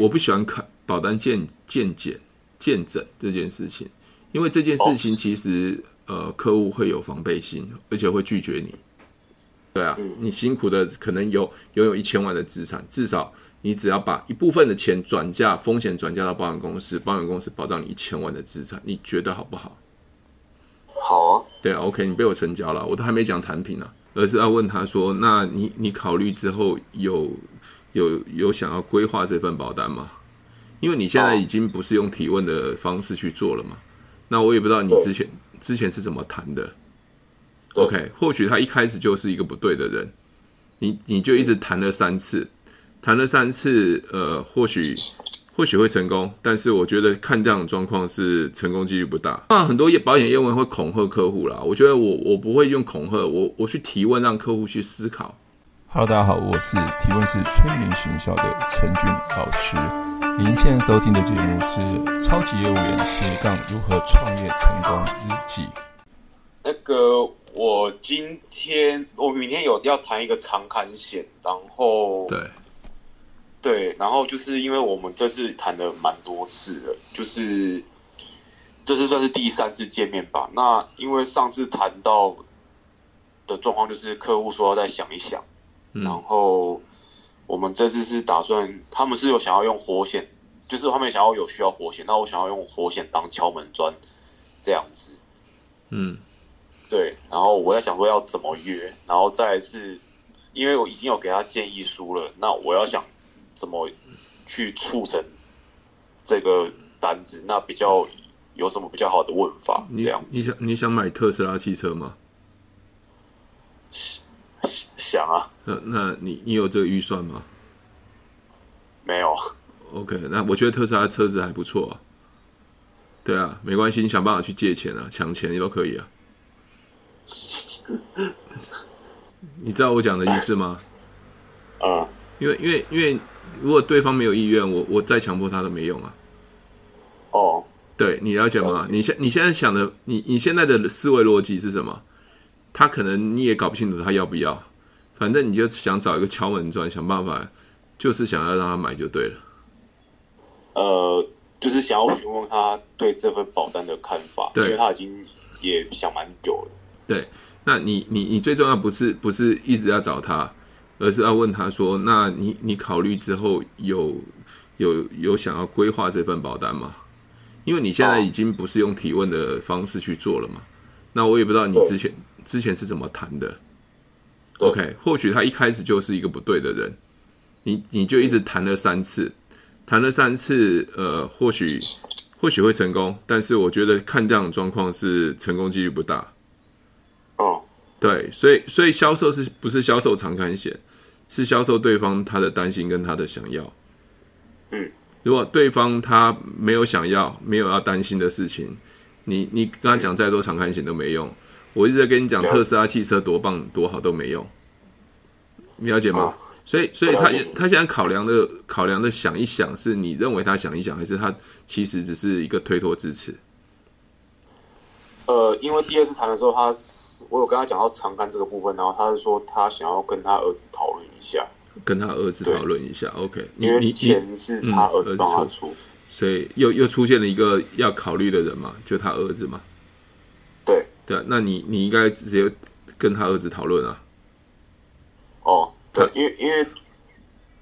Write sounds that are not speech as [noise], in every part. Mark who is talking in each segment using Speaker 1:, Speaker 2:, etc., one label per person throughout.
Speaker 1: 我不喜欢看保单鉴鉴检、鉴诊这件事情，因为这件事情其实、呃客户会有防备心，而且会拒绝你。对啊，你辛苦的可能有拥有一千万的资产，至少你只要把一部分的钱转嫁风险转嫁到保险公司，保险公司保障你一千万的资产，你觉得好不好？
Speaker 2: 好啊，
Speaker 1: 对啊，OK，你被我成交了，我都还没讲产品呢、而是要问他说，那你你考虑之后有有有想要规划这份保单吗？因为你现在已经不是用提问的方式去做了嘛，那我也不知道你之前之前是怎么谈的。
Speaker 2: 对
Speaker 1: OK，或许他一开始就是一个不对的人，你你就一直谈了三次，谈了三次，呃，或许或许会成功，但是我觉得看这样的状况是成功几率不大。那很多业保险业务员会恐吓客户啦，我觉得我我不会用恐吓，我我去提问让客户去思考。
Speaker 3: Hello，大家好，我是提问是催眠学校的陈俊老师。您现在收听的节目是《超级业务员斜杠如何创业成功日记》。
Speaker 2: 那个我今天我明天有要谈一个长刊险，然后
Speaker 1: 对，
Speaker 2: 对，然后就是因为我们这次谈了蛮多次了，就是这次算是第三次见面吧。那因为上次谈到的状况就是客户说要再想一想，
Speaker 1: 嗯
Speaker 2: 然后我们这次是打算他们是有想要用活险，就是他们想要有需要活险，那我想要用活险当敲门砖这样子。
Speaker 1: 嗯
Speaker 2: 对，然后我在想说要怎么约，然后再来是，因为我已经有给他建议书了，那我要想怎么去促成这个单子，那比较有什么比较好的问法？
Speaker 1: 你
Speaker 2: 这样
Speaker 1: 你想你想买特斯拉汽车吗？
Speaker 2: 想啊，
Speaker 1: 那那你你有这个预算吗
Speaker 2: 没有，
Speaker 1: ？OK，那我觉得特斯拉车子还不错啊。对啊，没关系，你想办法去借钱啊，抢钱你都可以啊。 [laughs] 你知道我讲的意思吗？
Speaker 2: 嗯，
Speaker 1: 因为因为因为如果对方没有意愿，我我再强迫他都没用啊。
Speaker 2: 哦，
Speaker 1: 对你了解吗
Speaker 2: 了？
Speaker 1: 你现你现在想的，你你现在的思维逻辑是什么？他可能你也搞不清楚他要不要，反正你就想找一个敲门砖，想办法，就是想要让他买就对了。
Speaker 2: 呃，就是想要询问他对这份保单的看法，因
Speaker 1: 对
Speaker 2: 为他已经也想蛮久了，
Speaker 1: 对，那你你你最重要不是不是一直要找他，而是要问他说，那你你考虑之后有有有想要规划这份保单吗？因为你现在
Speaker 2: 哦
Speaker 1: 已经不是用提问的方式去做了嘛，那我也不知道你
Speaker 2: 对
Speaker 1: 之前之前是怎么谈的。
Speaker 2: 对
Speaker 1: OK，或许他一开始就是一个不对的人，你你就一直谈了三次，谈了三次，呃，或许或许会成功，但是我觉得看这样的状况是成功几率不大。
Speaker 2: 嗯，
Speaker 1: 对，所以所以销售是不是销售常看险，是销售对方他的担心跟他的想要。
Speaker 2: 嗯，
Speaker 1: 如果对方他没有想要、没有要担心的事情，你你跟他讲再多常看险都没用。我一直在跟你讲
Speaker 2: 了解
Speaker 1: 特斯拉汽车多棒多好都没用，你了解吗？
Speaker 2: 哦
Speaker 1: 所以，所以
Speaker 2: 我
Speaker 1: 他
Speaker 2: 了解
Speaker 1: 他现在考量的考量的想一想，是你认为他想一想，还是他其实只是一个推脱支持？
Speaker 2: 呃，因为第二次谈的时候，他是我有跟他讲到长干这个部分，然后他是说他想要跟他儿子讨论一下，
Speaker 1: 跟他儿子
Speaker 2: 对
Speaker 1: 讨论一下，OK？你
Speaker 2: 因为
Speaker 1: 你嗯你
Speaker 2: 钱是他儿子帮他出，
Speaker 1: 所以又又出现了一个要考虑的人嘛，就他儿子嘛。
Speaker 2: 对，
Speaker 1: 对、啊，那你你应该直接跟他儿子讨论啊。
Speaker 2: 哦，对
Speaker 1: 他，
Speaker 2: 因为因为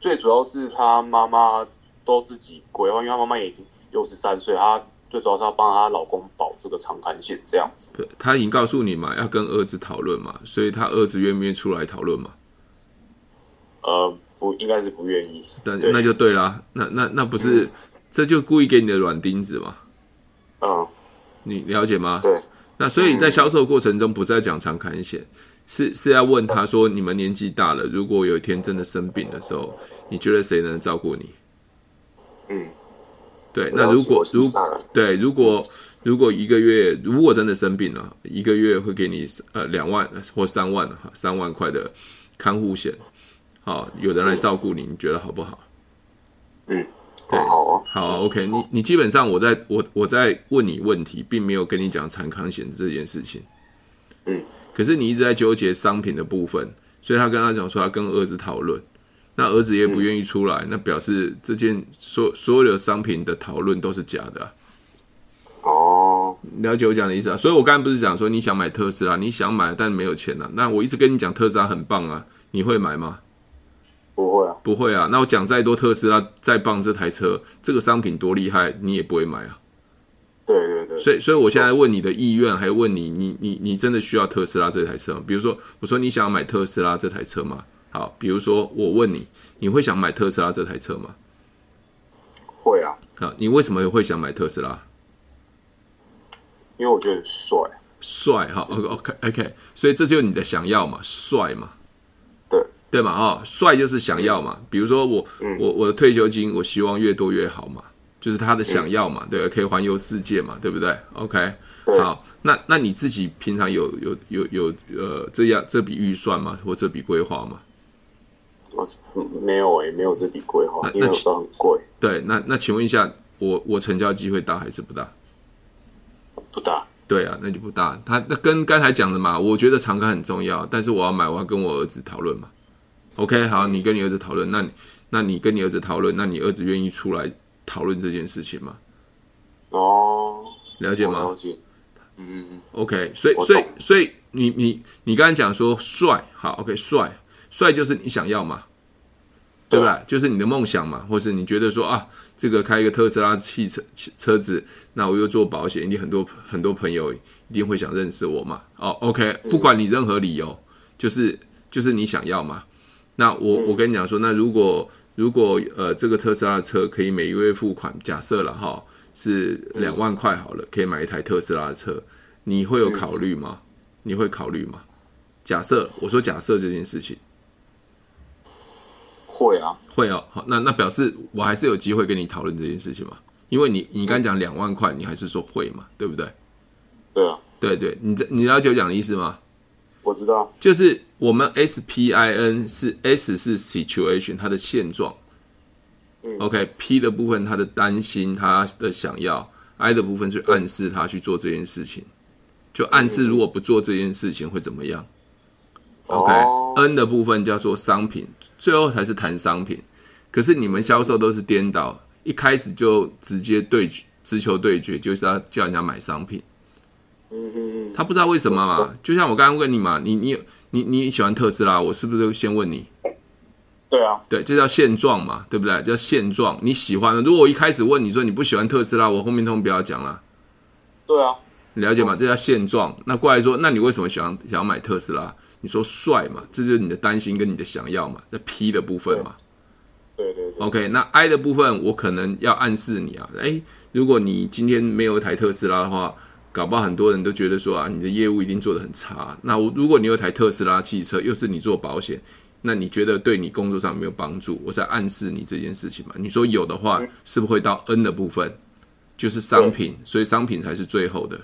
Speaker 2: 最主要是他妈妈都自己规划，因为他妈妈也已经六十三岁，她最主要是要帮她老公保这个长干险这样子，
Speaker 1: 对他已经告诉你嘛，要跟儿子讨论嘛，所以他儿子愿不愿意出来讨论嘛？
Speaker 2: 呃，不应该是不愿意，
Speaker 1: 但
Speaker 2: 对
Speaker 1: 那就对啦，那那那不是、这就故意给你的软钉子嘛？
Speaker 2: 嗯，
Speaker 1: 你了解吗？
Speaker 2: 对，
Speaker 1: 那所
Speaker 2: 嗯
Speaker 1: 以在销售过程中，不再讲长砍险，是是要问他说，你们年纪大了，如果有一天真的生病的时候，你觉得谁能照顾你？
Speaker 2: 嗯，
Speaker 1: 对，
Speaker 2: 不
Speaker 1: 那
Speaker 2: 要
Speaker 1: 如
Speaker 2: 急
Speaker 1: 果
Speaker 2: 我去
Speaker 1: 如
Speaker 2: 看了
Speaker 1: 对，如果如果一个月如果真的生病了，一个月会给你呃两万或三万哈三万块的看护险，好、有人来照顾你，你觉得好不好？
Speaker 2: 嗯，
Speaker 1: 对
Speaker 2: 好好哦，
Speaker 1: 好，OK，你你基本上我在我我在问你问题，并没有跟你讲产康险这件事情。
Speaker 2: 嗯，
Speaker 1: 可是你一直在纠结商品的部分，所以他跟他讲说他跟儿子讨论。那儿子也不愿意出来，那表示这件所所有的商品的讨论都是假的啊、
Speaker 2: 哦，
Speaker 1: 了解我讲的意思啊？所以我刚才不是讲说你想买特斯拉，你想买但没有钱啊。那我一直跟你讲特斯拉很棒啊，你会买吗？
Speaker 2: 不会啊，
Speaker 1: 不会啊。那我讲再多特斯拉再棒这台车，这个商品多厉害，你也不会买啊。
Speaker 2: 对对对，
Speaker 1: 所以，所以我现在问你的意愿，还问你，你你你真的需要特斯拉这台车吗？比如说，我说你想买特斯拉这台车吗？好，比如说我问你，你会想买特斯拉这台车吗？
Speaker 2: 会啊，
Speaker 1: 啊，你为什么会想买特斯拉？
Speaker 2: 因为我觉得很帅，
Speaker 1: 帅哈，OK OK，所以这就是你的想要嘛，帅嘛，
Speaker 2: 对
Speaker 1: 对嘛哈、帅就是想要嘛。比如说我我我的退休金，我希望越多越好嘛，就是他的想要嘛，对，可以环游世界嘛，对不对？OK，
Speaker 2: 对
Speaker 1: 好，那那你自己平常有有有有呃这样这笔预算吗，或这笔规划吗？
Speaker 2: 我嗯没有诶、没有这笔规划，
Speaker 1: 那
Speaker 2: 因为有时候很贵，
Speaker 1: 对，那那请问一下，我我成交机会大还是不大？
Speaker 2: 不大。
Speaker 1: 对啊，那就不大。他那跟刚才讲的嘛，我觉得长杆很重要，但是我要买，我要跟我儿子讨论嘛。OK，好，你跟你儿子讨论，那你那你跟你儿子讨论，那你儿子愿意出来讨论这件事情吗？
Speaker 2: 哦，
Speaker 1: 了解
Speaker 2: 我
Speaker 1: 吗
Speaker 2: 了解，嗯，
Speaker 1: ？OK，所以
Speaker 2: 我懂
Speaker 1: 所以所以你你你刚才讲说帅，好，OK，帅帅就是你想要嘛，对
Speaker 2: 对
Speaker 1: 吧？就是你的梦想嘛，或是你觉得说啊，这个开一个特斯拉汽车汽车子，那我又做保险，一定很多很多朋友一定会想认识我嘛。哦，OK，不
Speaker 2: 嗯
Speaker 1: 管你任何理由，就是就是你想要嘛。那我
Speaker 2: 嗯
Speaker 1: 我跟你讲说，那如果如果呃这个特斯拉的车可以每一月付款，假设了哈是
Speaker 2: 嗯
Speaker 1: 两万块好了，可以买一台特斯拉的车，你会有考虑吗？你会考虑吗？假设我说假设这件事情。
Speaker 2: 会啊，
Speaker 1: 会哦，好，那那表示我还是有机会跟你讨论这件事情嘛？因为你你刚讲两万块，你还是说会嘛，对不对？
Speaker 2: 对啊，
Speaker 1: 对对，你这你了解我讲的意思吗？
Speaker 2: 我知道，
Speaker 1: 就是我们 S P I N 是 S 是 situation 它的现状、
Speaker 2: 嗯
Speaker 1: o k P 的部分他的担心他的想要，I 的部分去暗示他去做这件事情，就暗示如果不做这件事情会怎么样
Speaker 2: 哦
Speaker 1: ？OK，N、的部分叫做商品，最后才是谈商品。可是你们销售都是颠倒，一开始就直接对决，直球对决，就是要叫人家买商品。
Speaker 2: 嗯嗯嗯，
Speaker 1: 他不知道为什么
Speaker 2: 我知
Speaker 1: 嘛，就像我刚刚问你嘛，你你你你喜欢特斯拉，我是不是先问你？
Speaker 2: 对啊，
Speaker 1: 对，这叫现状嘛，对不对？叫现状，你喜欢吗？如果我一开始问你说你不喜欢特斯拉，我后面通通不要讲了，
Speaker 2: 对啊，
Speaker 1: 你了解吗？这叫现状。那过来说，那你为什么想想要买特斯拉？你说帅嘛，这就是你的担心跟你的想要嘛，那 P 的部分嘛。
Speaker 2: 对对对，
Speaker 1: OK，那 I 的部分我可能要暗示你啊，诶，如果你今天没有一台特斯拉的话，搞不好很多人都觉得说啊，你的业务一定做得很差。那我如果你有一台特斯拉汽车，又是你做保险，那你觉得对你工作上没有帮助？我在暗示你这件事情嘛。你说有的话，是不是会到 N 的部分，就是商品，所以商品才是最后的。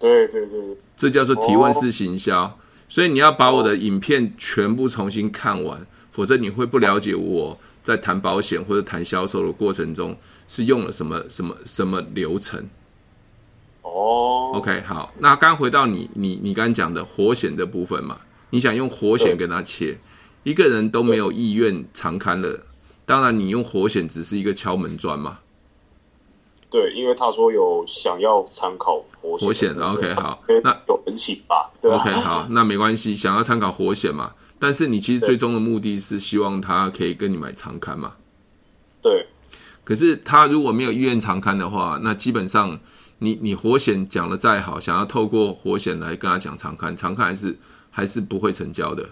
Speaker 2: 对对对对，
Speaker 1: 这叫做提问式行销。所以你要把我的影片全部重新看完，否则你会不了解我在谈保险或者谈销售的过程中是用了什么什么什么流程。
Speaker 2: 哦
Speaker 1: OK，好，那刚回到你你你刚讲的活险的部分嘛，你想用活险跟他切，一个人都没有意愿长刊了，当然你用活险只是一个敲门砖嘛。
Speaker 2: 对，因为他说有想要参考活
Speaker 1: 活险
Speaker 2: 的
Speaker 1: ，OK，好
Speaker 2: 跟
Speaker 1: 那
Speaker 2: 有人请吧，对吧啊
Speaker 1: OK，好，那没关系，想要参考活险嘛，但是你其实最终的目的是希望他可以跟你买长刊嘛。
Speaker 2: 对，
Speaker 1: 可是他如果没有意愿长刊的话，那基本上你你活险讲的再好，想要透过活险来跟他讲长刊，长刊还是还是不会成交的。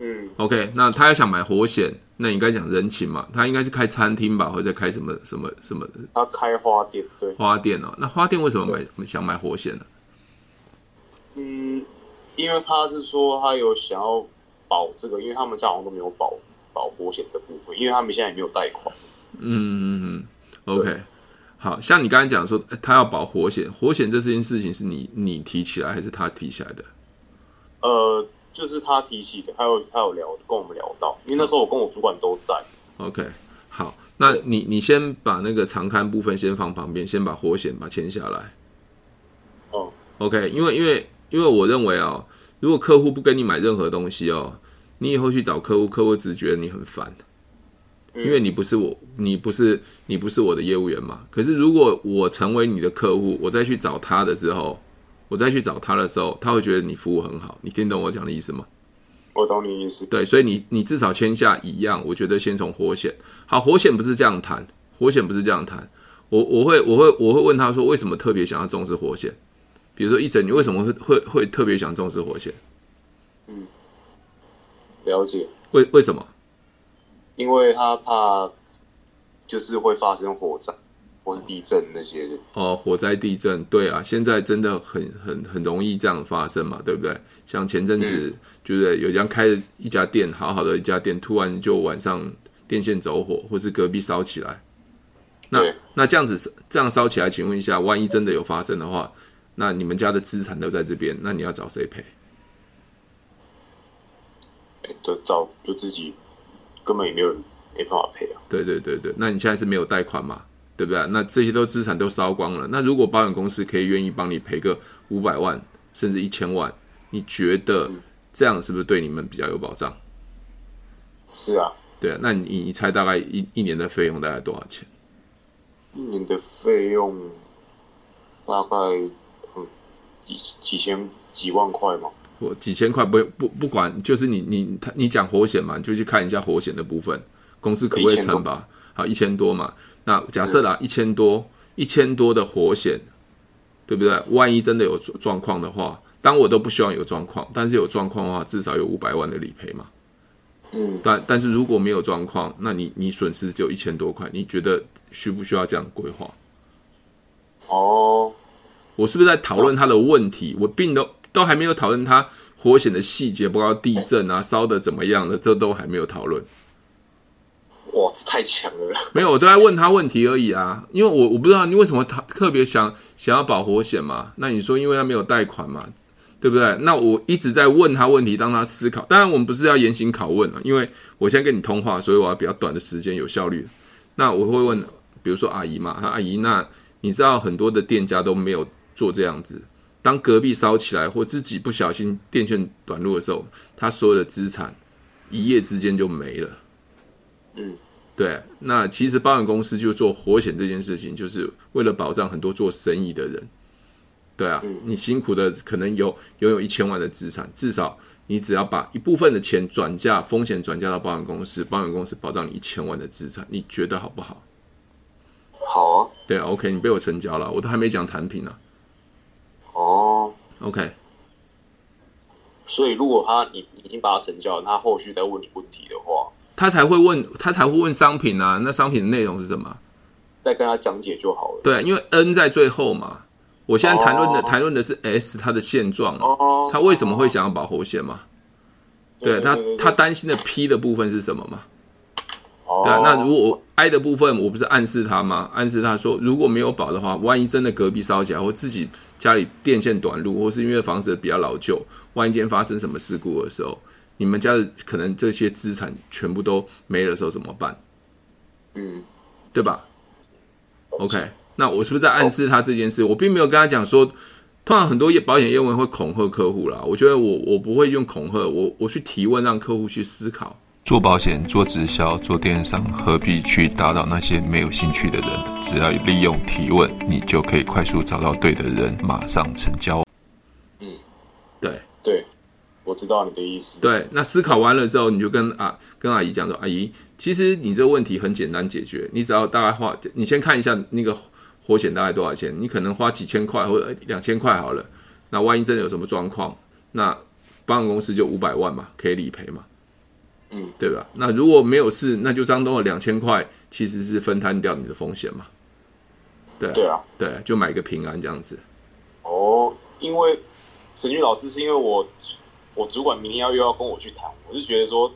Speaker 2: 嗯，
Speaker 1: OK，那他要想买活险，那你应该讲人情嘛，他应该是开餐厅吧，或者开什么什么什么
Speaker 2: 他开花店，对，
Speaker 1: 花店哦。那花店为什么买想买活险呢？
Speaker 2: 嗯，因为他是说他有想要保这个，因为他们家好像都没有保保保险的部分，因为他们现在也没有贷款。
Speaker 1: 嗯嗯嗯，OK，好像你刚才讲说呃他要保活险，活险这件事情是你你提起来还是他提起来的？
Speaker 2: 呃，就是他提起的，还有他有聊跟我们聊到，因为那时候我跟我主管都在。
Speaker 1: OK，好，那你你先把那个长刊部分先放旁边，先把活险把它签下来。
Speaker 2: 哦，
Speaker 1: OK，因为因为因为我认为哦，如果客户不跟你买任何东西哦，你以后去找客户，客户只觉得你很烦，因为你不是我，你不是你不是我的业务员嘛。可是如果我成为你的客户，我再去找他的时候，我再去找他的时候，他会觉得你服务很好。你听懂我讲的意思吗？
Speaker 2: 我懂你意思。
Speaker 1: 对，所以你你至少签下一样，我觉得先从活险。好，活险不是这样谈，活险不是这样谈。我我会我会我会问他说，为什么特别想要重视活险？比如说，医生，你为什么会会会特别想重视活险？
Speaker 2: 了解，
Speaker 1: 为为什么？
Speaker 2: 因为他怕就是会发生火灾或是地震那些的。
Speaker 1: 哦，火灾、地震，对啊，现在真的很很很容易这样发生嘛，对不对？像前阵子，就是有人开一家店，好好的一家店，突然就晚上电线走火，或是隔壁烧起来，那
Speaker 2: 对
Speaker 1: 那这样子是这样烧起来，请问一下，万一真的有发生的话，那你们家的资产都在这边，那你要找谁赔？
Speaker 2: 哎就找就自己根本也没有人没办法赔啊。
Speaker 1: 对对对对，那你现在是没有贷款嘛，对不对？那这些都资产都烧光了。那如果保险公司可以愿意帮你赔个五百万甚至一千万，你觉得这样是不是对你们比较有保障？
Speaker 2: 是啊，
Speaker 1: 对啊，那你你猜大概一一年的费用大概多少钱？
Speaker 2: 一年的费用大概嗯几几千几万块嘛。
Speaker 1: 我几千块不不不管，就是你你他你讲活险嘛，你就去看一下活险的部分，公司可不可以
Speaker 2: 1000多
Speaker 1: 承保？好，一千多嘛。那假设啦，一千多，一千多的活险，对不对？万一真的有状状况的话，当我都不希望有状况，但是有状况的话，至少有五百万的理赔嘛。
Speaker 2: 嗯，
Speaker 1: 但但是如果没有状况，那你你损失只有一千多块，你觉得需不需要这样规划？
Speaker 2: 哦，
Speaker 1: 我是不是在讨论他的问题？我并都都还没有讨论他火险的细节，包括地震啊、烧的怎么样的，这都还没有讨论。
Speaker 2: 哇，这太强了！
Speaker 1: [laughs] 没有，我都在问他问题而已啊。因为我我不知道你为什么他特别想想要保火险嘛？那你说因为他没有贷款嘛，对不对？那我一直在问他问题，让他思考。当然，我们不是要严刑拷问啊，因为我现在跟你通话，所以我要比较短的时间有效率。那我会问，比如说阿姨嘛，啊阿姨，那你知道很多的店家都没有做这样子。当隔壁烧起来或自己不小心电线短路的时候，他所有的资产一夜之间就没了。对，那其实保险公司就做活险这件事情，就是为了保障很多做生意的人。对啊，你辛苦的可能有拥有一千万的资产，至少你只要把一部分的钱转嫁风险转嫁到保险公司，保险公司保障你一千万的资产，你觉得好不好？
Speaker 2: 好啊，
Speaker 1: 对啊，OK，你被我成交了，我都还没讲产品呢、
Speaker 2: 哦，
Speaker 1: OK，
Speaker 2: 所以如果他你你已经把他成交了，他后续再问你问题的话，
Speaker 1: 他才会问，他才会问商品啊，那商品的内容是什么？
Speaker 2: 再跟他讲解就好了。
Speaker 1: 对，啊因为 N 在最后嘛。我现在谈论的、
Speaker 2: 哦
Speaker 1: 谈论的是 S 它的现状嘛，
Speaker 2: 哦
Speaker 1: 他为什么会想要保活险嘛？对他，他
Speaker 2: 对
Speaker 1: 担心的 P 的部分是什么嘛？
Speaker 2: 哦
Speaker 1: 对啊，那如果 I 的部分，我不是暗示他吗？暗示他说，如果没有保的话，万一真的隔壁烧起来，或自己家里电线短路，或是因为房子比较老旧，万一间发生什么事故的时候，你们家的可能这些资产全部都没了的时候怎么办？
Speaker 2: 嗯，
Speaker 1: 对吧？OK，那我是不是在暗示他这件事？我并没有跟他讲说，通常很多业保险业务员会恐吓客户啦。我觉得我我不会用恐吓，我我去提问，让客户去思考。
Speaker 3: 做保险、做直销、做电商，何必去打扰那些没有兴趣的人？只要利用提问，你就可以快速找到对的人，马上成交。
Speaker 1: 对
Speaker 2: 对，我知道你的意思。
Speaker 1: 对，那思考完了之后，你就跟啊跟阿姨讲说，阿姨，其实你这个问题很简单解决，你只要大概花，你先看一下那个活险大概多少钱，你可能花几千块或者两千块好了。那万一真的有什么状况，那保险公司就五百万嘛，可以理赔嘛，
Speaker 2: 嗯，
Speaker 1: 对吧？那如果没有事，那就相当的两千块其实是分摊掉你的风险嘛，对
Speaker 2: 对啊，
Speaker 1: 对，就买个平安这样子。
Speaker 2: 哦，因为陈俊老师是因为我我主管明天要又要跟我去谈，我是觉得说，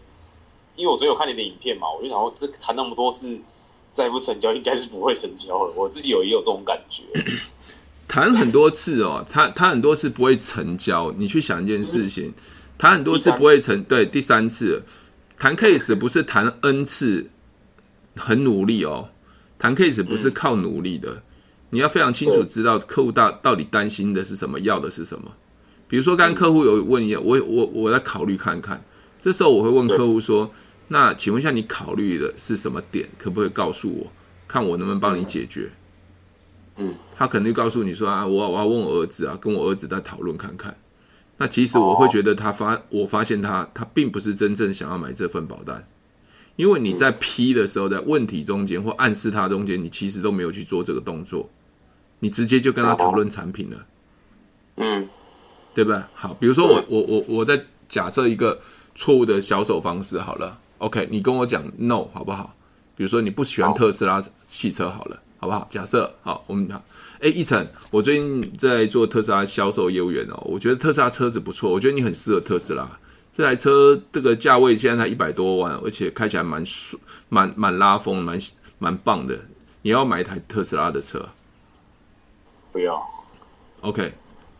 Speaker 2: 因为我昨天有看你的影片嘛，我就想说这谈那么多事，再不成交应该是不会成交了。我自己有也有这种感觉。
Speaker 1: 谈很多次哦，他他很多次不会成交。你去想一件事情，谈很多次不会成，对，第三次了谈 case 不是谈 n 次，很努力哦，谈 case 不是靠努力的，你要非常清楚
Speaker 2: 对
Speaker 1: 知道客户大到底担心的是什么，要的是什么。比如说，刚刚客户有问你，我我我来考虑看看，这时候我会问客户说：“那请问一下，你考虑的是什么点？可不可以告诉我，看我能不能帮你解决？”
Speaker 2: 嗯，
Speaker 1: 他肯定告诉你说：“啊，我我要问我儿子啊，跟我儿子再讨论看看。”那其实我会觉得他发，我发现他他并不是真正想要买这份保单，因为你在批的时候，在问题中间或暗示他中间，你其实都没有去做这个动作，你直接就跟他讨论产品了。
Speaker 2: 嗯
Speaker 1: 对吧？好，比如说我我我我在假设一个错误的销售方式好了，OK，你跟我讲 no 好不好？比如说你不喜欢
Speaker 2: 好
Speaker 1: 特斯拉汽车好了，好不好？假设好，我们讲，哎，一晨，我最近在做特斯拉销售业务员哦，我觉得特斯拉车子不错，我觉得你很适合特斯拉。这台车这个价位现在才一百多万，而且开起来蛮舒、蛮蛮拉风、蛮蛮棒的。你要买一台特斯拉的车，
Speaker 2: 不要，
Speaker 1: OK，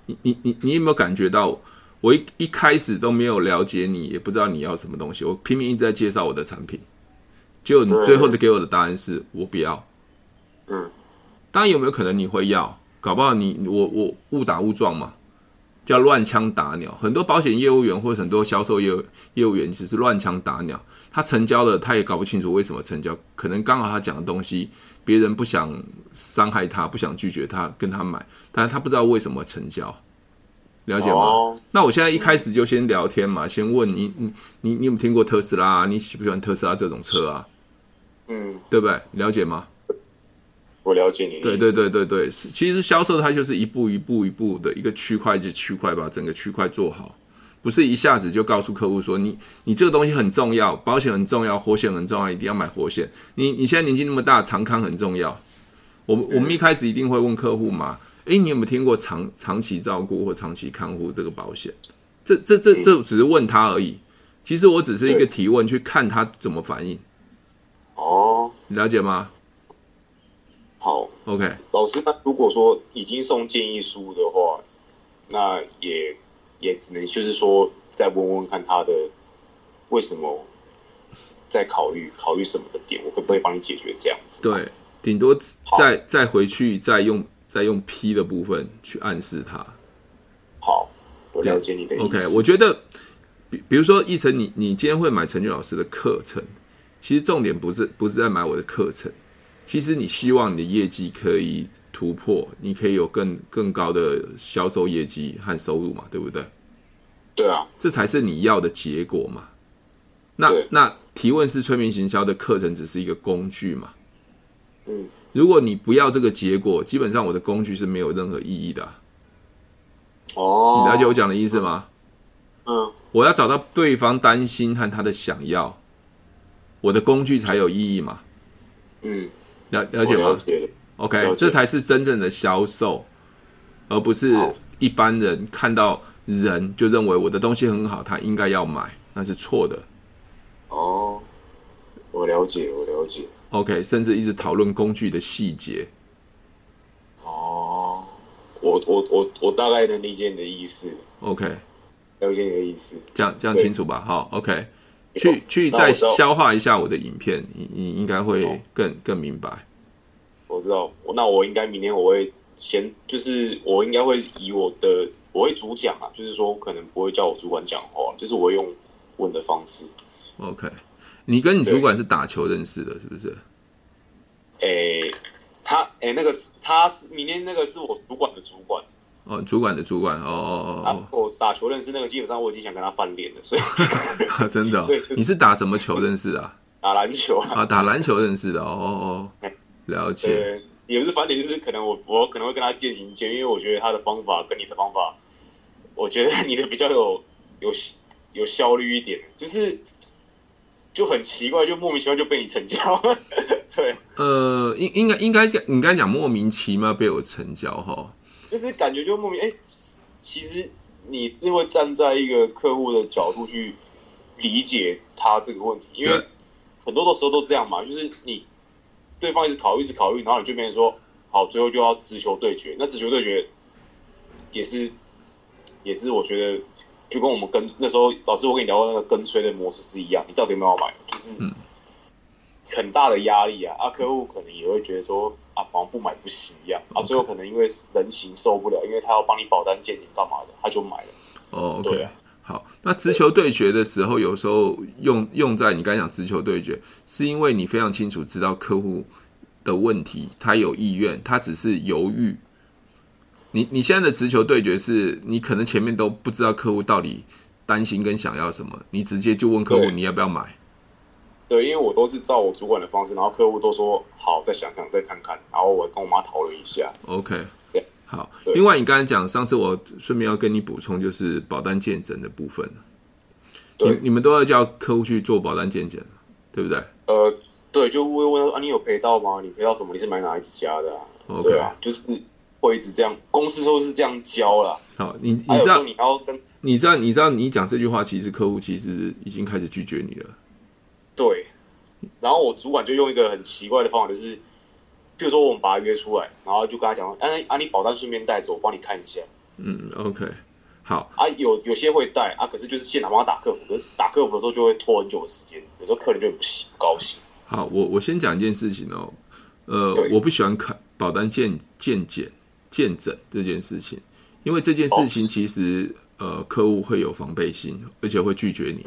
Speaker 1: 你你你你有没有感觉到，我一一开始都没有了解你，也不知道你要什么东西，我拼命一直在介绍我的产品，结果你
Speaker 2: 对
Speaker 1: 最后的给我的答案是我不要。
Speaker 2: 嗯，
Speaker 1: 当然有没有可能你会要？搞不好你我我误打误撞嘛，叫乱枪打鸟。很多保险业务员或者很多销售业务业务员其实乱枪打鸟，他成交了他也搞不清楚为什么成交，可能刚好他讲的东西别人不想伤害他，不想拒绝他跟他买，但是他不知道为什么成交，了解吗？
Speaker 2: 哦
Speaker 1: 那我现在一开始就先聊天嘛，先问你你你你有没有听过特斯拉、啊？你喜不喜欢特斯拉这种车啊？
Speaker 2: 嗯，
Speaker 1: 对不对？了解吗？
Speaker 2: 我了解你的
Speaker 1: 对
Speaker 2: 意思。
Speaker 1: 对对对对，是其实销售它就是一步一步一步的一个区块一个区块把整个区块做好，不是一下子就告诉客户说你你这个东西很重要，保险很重要，活险很重要，一定要买活险。你你现在年纪那么大，长康很重要。我们我们一开始一定会问客户嘛，诶，你有没有听过长长期照顾或长期看护这个保险？这这这这只是问他而已，其实我只是一个
Speaker 2: 对
Speaker 1: 提问，去看他怎么反应，
Speaker 2: 哦，
Speaker 1: 你了解吗
Speaker 2: 好，
Speaker 1: ？OK，
Speaker 2: 老师，那如果说已经送建议书的话，那也也只能就是说再问问看他的为什么在考虑考虑什么的点，我会不会帮你解决这样子？，
Speaker 1: 对，顶多再再回去，再用再用 P 的部分去暗示他。
Speaker 2: 好，我了解你的意思。
Speaker 1: OK，我觉得，比比如说一晨，你你今天会买陈俊老师的课程，其实重点不是不是在买我的课程，其实你希望你的业绩可以突破，你可以有更更高的销售业绩和收入嘛，对不对？
Speaker 2: 对啊，
Speaker 1: 这才是你要的结果嘛。那
Speaker 2: 对
Speaker 1: 那提问式催眠行销的课程只是一个工具嘛。
Speaker 2: 嗯，
Speaker 1: 如果你不要这个结果，基本上我的工具是没有任何意义的啊、
Speaker 2: 哦，
Speaker 1: 你了解我讲的意思吗？
Speaker 2: 嗯，
Speaker 1: 我要找到对方担心和他的想要，我的工具才有意义嘛。
Speaker 2: 嗯，
Speaker 1: 了了
Speaker 2: 而
Speaker 1: 解
Speaker 2: 且
Speaker 1: 吗
Speaker 2: 了解了，了
Speaker 1: OK，
Speaker 2: 解
Speaker 1: 这才是真正的销售，而不是
Speaker 2: 好
Speaker 1: 一般人看到人就认为我的东西很好，他应该要买，那是错的。
Speaker 2: 哦，我了解，我了解，
Speaker 1: OK，甚至一直讨论工具的细节。
Speaker 2: 哦，我我我我大概能理解你的意思，
Speaker 1: OK，
Speaker 2: 了解你的意思。
Speaker 1: 这样这样
Speaker 2: 对
Speaker 1: 清楚吧？好，OK，
Speaker 2: 有
Speaker 1: 去去
Speaker 2: 那
Speaker 1: 再
Speaker 2: 我知道
Speaker 1: 消化一下我的影片，你你应该
Speaker 2: 好
Speaker 1: 会更更明白。
Speaker 2: 我知道，我那我应该明天我会先，就是我应该会以我的我会主讲啊，就是说我可能不会叫我主管讲话，就是我会用问的方式。
Speaker 1: OK，你跟你主
Speaker 2: 对
Speaker 1: 管是打球认识的，是不是？
Speaker 2: 诶、他诶、那个他是明天那个是我主管的主管，
Speaker 1: 哦，主管的主管，哦哦
Speaker 2: 啊
Speaker 1: 哦，
Speaker 2: 我打球认识那个，基本上我已经想跟他翻脸了，所以 [laughs]
Speaker 1: 哦， [laughs] 真的哦
Speaker 2: 啊所以就，
Speaker 1: 你是打什么球认识的啊？
Speaker 2: 打篮球啊，
Speaker 1: 啊，打篮球认识的，哦哦哦
Speaker 2: 对，
Speaker 1: 了解，
Speaker 2: 呃，也不是翻脸，就是可能我我可能会跟他渐行渐远，因为我觉得他的方法跟你的方法，我觉得你的比较有有有效率一点，就是就很奇怪，就莫名其妙就被你成交。 [laughs] 对，
Speaker 1: 呃，应应该应该你刚才讲莫名其妙被我成交哈，
Speaker 2: 就是感觉就莫名哎、其实你是会站在一个客户的角度去理解他这个问题，因为
Speaker 1: 对
Speaker 2: 很多的时候都这样嘛，就是你对方一直考虑，一直考虑，然后你就变成说，好，最后就要直球对决。那直球对决也是也是我觉得就跟我们跟那时候老师我跟你聊过那个跟催的模式是一样，你到底有没有要买，就是很大的压力啊。啊，客户可能也会觉得说啊，好像不买不行一样啊，最后可能因为人情受不了，因为他要帮你保单鉴定干嘛的，他就买了。
Speaker 1: 哦
Speaker 2: 对
Speaker 1: ，OK，
Speaker 2: 啊
Speaker 1: 好，那直球对决的时候，有时候用用在你刚才讲直球对决，是因为你非常清楚知道客户的问题，他有意愿，他只是犹豫。你你现在的直球对决是，你可能前面都不知道客户到底担心跟想要什么，你直接就问客户
Speaker 2: 对
Speaker 1: 你要不要买。
Speaker 2: 对，因为我都是照我主管的方式，然后客户都说好，再想想，再看看，然后我跟我妈讨论一下。
Speaker 1: OK，
Speaker 2: 对
Speaker 1: 好。
Speaker 2: 对
Speaker 1: 另外，你刚才讲，上次我顺便要跟你补充，就是保单鉴诊的部分。你
Speaker 2: 对
Speaker 1: 你们都要叫客户去做保单鉴检，对不对
Speaker 2: 呃，对，就会问他啊，你有赔到吗？你赔到什么？你是买哪一家的、啊
Speaker 1: ？OK，
Speaker 2: 对啊，就是会一直这样，公司都是这样教啦。
Speaker 1: 好，你你
Speaker 2: 还有
Speaker 1: 知
Speaker 2: 时
Speaker 1: 道
Speaker 2: 候你要跟
Speaker 1: 你知道你知道你讲这句话，其实客户其实已经开始拒绝你了。
Speaker 2: 对，然后我主管就用一个很奇怪的方法，就是，比如说我们把他约出来，然后就跟他讲说，啊，那啊你保单顺便带走，我帮你看一下。
Speaker 1: 嗯，OK，好，
Speaker 2: 啊，有有些会带啊，可是就是现场帮他打客服，可是打客服的时候就会拖很久的时间，有时候客人就很不喜不高兴。
Speaker 1: 好，我我先讲一件事情哦，呃，
Speaker 2: 对
Speaker 1: 我不喜欢看保单鉴鉴检鉴诊这件事情，因为这件事情其实、呃客户会有防备心，而且会拒绝你。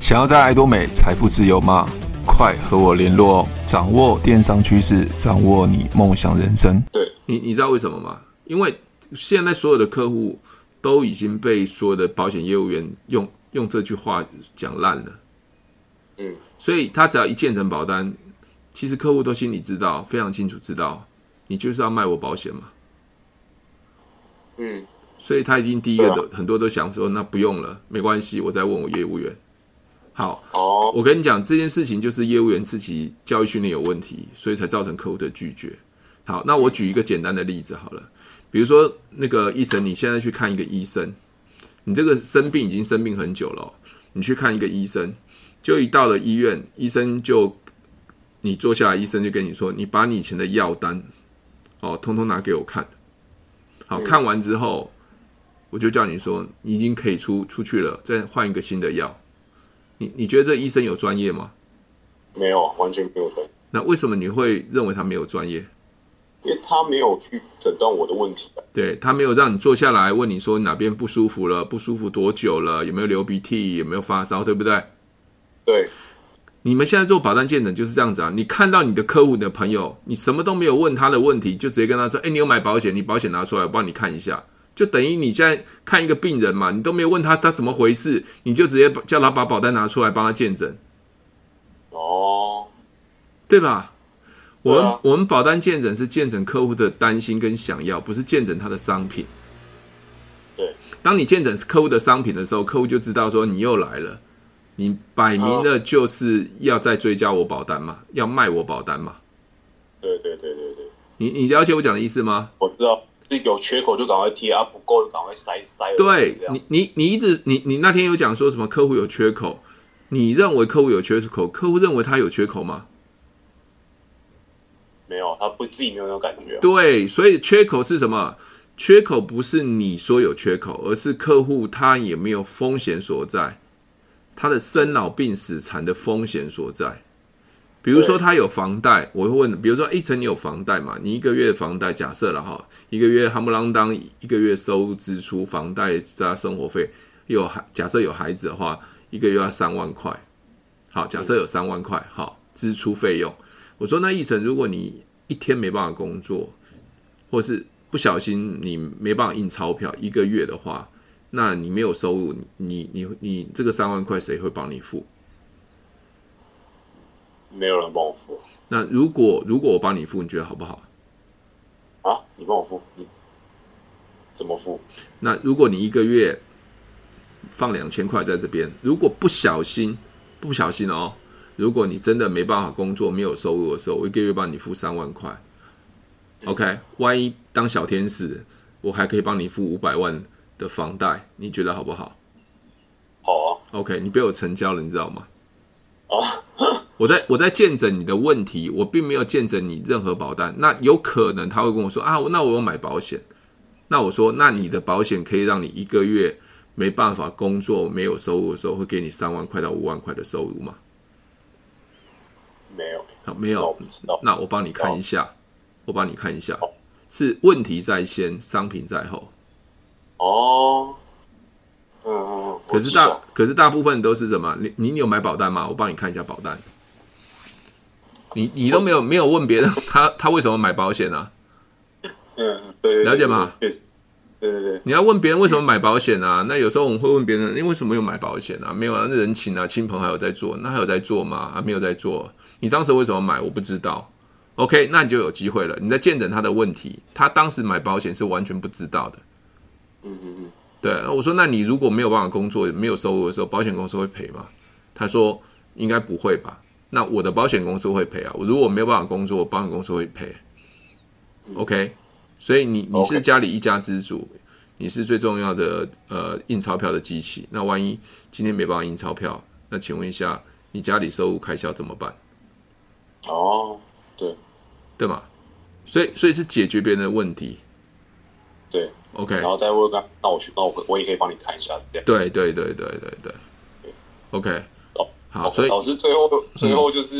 Speaker 3: 想要在爱多美财富自由吗？快和我联络哦！掌握电商趋势，掌握你梦想人生。
Speaker 2: 对
Speaker 1: 你你知道为什么吗？因为现在所有的客户都已经被所有的保险业务员用用这句话讲烂了。
Speaker 2: 嗯，
Speaker 1: 所以他只要一建成保单，其实客户都心里知道，非常清楚知道，你就是要卖我保险嘛。
Speaker 2: 嗯，
Speaker 1: 所以他一定第一个
Speaker 2: 对啊
Speaker 1: 都、很多都想说，那不用了，没关系，我再问我业务员。好，
Speaker 2: 哦，
Speaker 1: 我跟你讲，这件事情就是业务员自己教育训练有问题，所以才造成客户的拒绝。好，那我举一个简单的例子好了，比如说那个医生，你现在去看一个医生，你这个生病已经生病很久了哦、你去看一个医生，就一到了医院，医生就你坐下来，医生就跟你说，你把你以前的药单哦，通通拿给我看。好看完之后，我就叫你说，你已经可以出出去了，再换一个新的药。你你觉得这医生有专业吗？
Speaker 2: 没有，完全没有分，
Speaker 1: 那为什么你会认为他没有专业？
Speaker 2: 因为他没有去诊断我的问题啊。
Speaker 1: 对他没有让你坐下来问你说哪边不舒服了，不舒服多久了，有没有流鼻涕，有没有发烧，对不对？
Speaker 2: 对
Speaker 1: 你们现在做保单见诊就是这样子啊，你看到你的客户你的朋友，你什么都没有问他的问题，就直接跟他说：“哎，你有买保险？你保险拿出来，我帮你看一下。”就等于你现在看一个病人嘛，你都没有问他他怎么回事，你就直接叫他把保单拿出来帮他见诊。
Speaker 2: 哦，
Speaker 1: 对吧？我们、
Speaker 2: 对啊
Speaker 1: 我们保单见诊是见诊客户的担心跟想要，不是见诊他的商品。
Speaker 2: 对，
Speaker 1: 当你见诊是客户的商品的时候，客户就知道说你又来了，你摆明了就是要再追加我保单嘛，要卖我保单嘛。
Speaker 2: 对对对对对，
Speaker 1: 你你了解我讲的意思吗？
Speaker 2: 我知道，就有缺口就赶快贴啊，不够就赶快塞塞。
Speaker 1: 对
Speaker 2: 这样
Speaker 1: 你，你你一直你你那天有讲说什么客户有缺口，你认为客户有缺口，客户认为他有缺口吗？
Speaker 2: 没有，他不自己没有那种感觉啊、
Speaker 1: 对，所以缺口是什么？缺口不是你说有缺口，而是客户他有没有风险所在，他的生老病死残的风险所在。比如说
Speaker 2: 对
Speaker 1: 他有房贷，我会问，比如说一层你有房贷嘛？你一个月的房贷假设了哈，一个月夯不啷当，一个月收入支出、房贷加生活费，有孩假设有孩子的话，一个月要三万块。好，假设有三万块，好，支出费用。我说那一层，如果你一天没办法工作，或是不小心你没办法印钞票一个月的话，那你没有收入，你你你你这个三万块谁会帮你付？
Speaker 2: 没有人帮我付
Speaker 1: 那如果如果我帮你付，你觉得好不好？
Speaker 2: 啊，你帮我付，你怎么付？
Speaker 1: 那如果你一个月放两千块在这边，如果不小心不小心哦，如果你真的没办法工作、没有收入的时候，我一个月帮你付三万块。OK，万一当小天使，我还可以帮你付五百万的房贷，你觉得好不好
Speaker 2: 好
Speaker 1: ？OK，你被我成交了，你知道吗？
Speaker 2: 啊，啊，
Speaker 1: 我在我在见证你的问题，我并没有见证你任何保单。那有可能他会跟我说啊，那我有买保险。那我说，那你的保险可以让你一个月没办法工作、没有收入的时候，会给你三万块到五万块的收入吗？
Speaker 2: 没有，哦
Speaker 1: 好，没
Speaker 2: 那我
Speaker 1: 有
Speaker 2: 不，知道。
Speaker 1: 那我帮你看一
Speaker 2: 哦
Speaker 1: 下，我帮你看一下，是问题在先，商品在后。
Speaker 2: 哦，嗯嗯嗯。
Speaker 1: 可是
Speaker 2: 我
Speaker 1: 大
Speaker 2: 知道
Speaker 1: 可是大部分都是什么？你你你有买保单吗？我帮你看一下保单。你你都没有没有问别人 [laughs] 他他为什么买保险啊？
Speaker 2: 嗯嗯对对，对
Speaker 1: 了解吗？
Speaker 2: 对对对对，
Speaker 1: 你要问别人为什么买保险啊？那有时候我们会问别人，你为什么有买保险啊？没有啊，那人情啊，亲朋还有在做，那还有在做吗？啊，没有在做。你当时为什么买？我不知道。OK，那你就有机会了。你在见证他的问题，他当时买保险是完全不知道的。
Speaker 2: 嗯嗯
Speaker 1: 对，我说那你如果没有办法工作，没有收入的时候，保险公司会赔吗？他说应该不会吧。那我的保险公司会赔啊，我如果没有办法工作，保险公司会赔。OK，所以你你
Speaker 2: 嗯 OK
Speaker 1: 是家里一家之主，你是最重要的呃印钞票的机器。那万一今天没办法印钞票，那请问一下，你家里收入开销怎么办？
Speaker 2: 嗯，哦，对
Speaker 1: 对吗？所以所以是解决别人的问题。
Speaker 2: 对，
Speaker 1: OK，
Speaker 2: 然后再问他，那我去，那我我也可以帮你看一下，这样。
Speaker 1: 对对对对对对，OK，
Speaker 2: 哦
Speaker 1: 好，所以嗯
Speaker 2: 老师最后最后就是，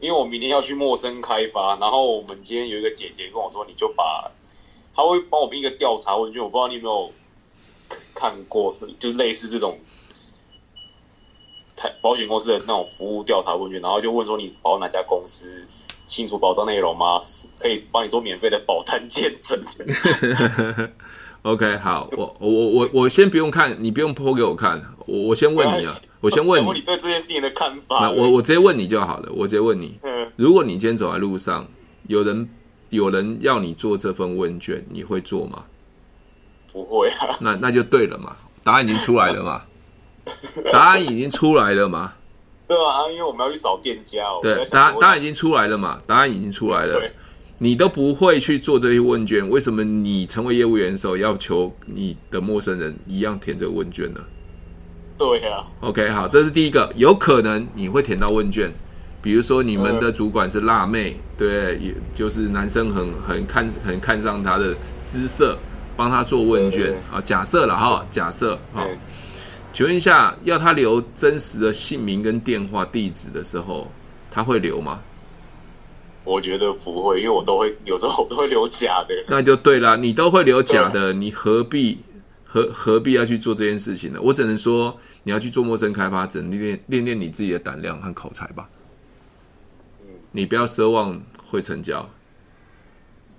Speaker 2: 因为我明天要去陌生开发，然后我们今天有一个姐姐跟我说，你就把，她会帮我们一个调查问卷，我不知道你有没有看过，就是类似这种。台保险公司的那种服务调查问卷，然后就问说你保哪家公司，清楚保障内容吗？可以帮你做免费的保单见证。
Speaker 1: OK，好，我我我我我先不用看，你不用剖给我看，我我先问你啊，我先问
Speaker 2: 想
Speaker 1: 你
Speaker 2: 问你，啊对这件事情的看
Speaker 1: 那
Speaker 2: 法。
Speaker 1: 我我直接问你就好了，我直接问你，
Speaker 2: 嗯
Speaker 1: 如果你今天走在路上，有人有人要你做这份问卷，你会做吗？
Speaker 2: [laughs] 不会啊，
Speaker 1: 那那就对了嘛，答案已经出来了嘛，答案已经出来了嘛，
Speaker 2: 对啊，因为我们要去扫店家哦。我
Speaker 1: 对
Speaker 2: 在，想
Speaker 1: 答案
Speaker 2: 说
Speaker 1: 答案已经出来了嘛，答案已经出来了
Speaker 2: 对。
Speaker 1: 你都不会去做这些问卷，为什么你成为业务员的时候要求你的陌生人一样填这个问卷呢？
Speaker 2: 对啊，
Speaker 1: OK，好，这是第一个，有可能你会填到问卷，比如说你们的主管是辣妹，对，也就是男生很很看很看上她的姿色，帮她做问
Speaker 2: 对
Speaker 1: 卷
Speaker 2: 对
Speaker 1: 啊，好假设了哈，假设啊，
Speaker 2: 对
Speaker 1: 请问一下，要她留真实的姓名跟电话地址的时候，她会留吗？
Speaker 2: 我觉得不会，因为我都会有时候我都会留假的。
Speaker 1: 那就对啦，你都会留假的，你何必何何必要去做这件事情呢？我只能说，你要去做陌生开发，只能练练练你自己的胆量和口才吧。你不要奢望会成交。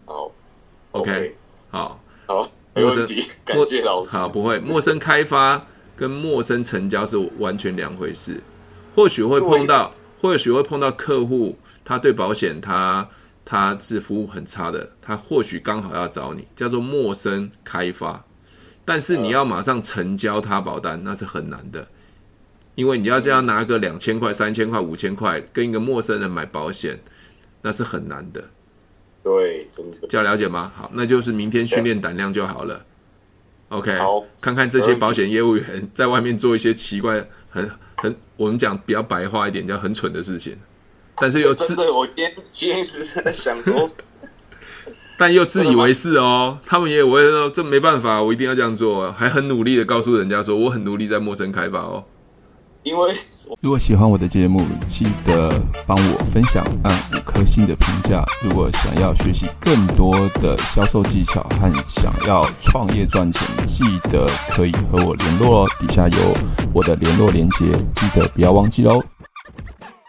Speaker 2: 好
Speaker 1: OK，, 哎好，
Speaker 2: 好，没问题，感
Speaker 1: 陌
Speaker 2: 谢老师。
Speaker 1: 好，不会，陌生开发跟陌生成交是完全两回事。或许会碰到，或许会碰到客户，他对保险他他是服务很差的，他或许刚好要找你，叫做陌生开发。但是你要马上成交他保单，那是很难的，因为你要这
Speaker 2: 嗯
Speaker 1: 样拿个两千块、三千块、五千块跟一个陌生人买保险，那是很难的。
Speaker 2: 对，真的
Speaker 1: 这样了解吗？好，那就是明天训练胆量就好了。OK，
Speaker 2: 好
Speaker 1: 看看这些保险业务员 [laughs] 在外面做一些奇怪、很很我们讲比较白话一点，叫很蠢的事情，但是又自
Speaker 2: 真的，我今天今天一直在想说，
Speaker 1: [laughs] 但又自以为是哦。他们也会说这没办法，我一定要这样做啊，还很努力的告诉人家说我很努力在陌生开发哦。
Speaker 2: 因为
Speaker 3: 如果喜欢我的节目，记得帮我分享，按五颗星的评价。如果想要学习更多的销售技巧和想要创业赚钱，记得可以和我联络哦。底下有我的联络连接，记得不要忘记喽。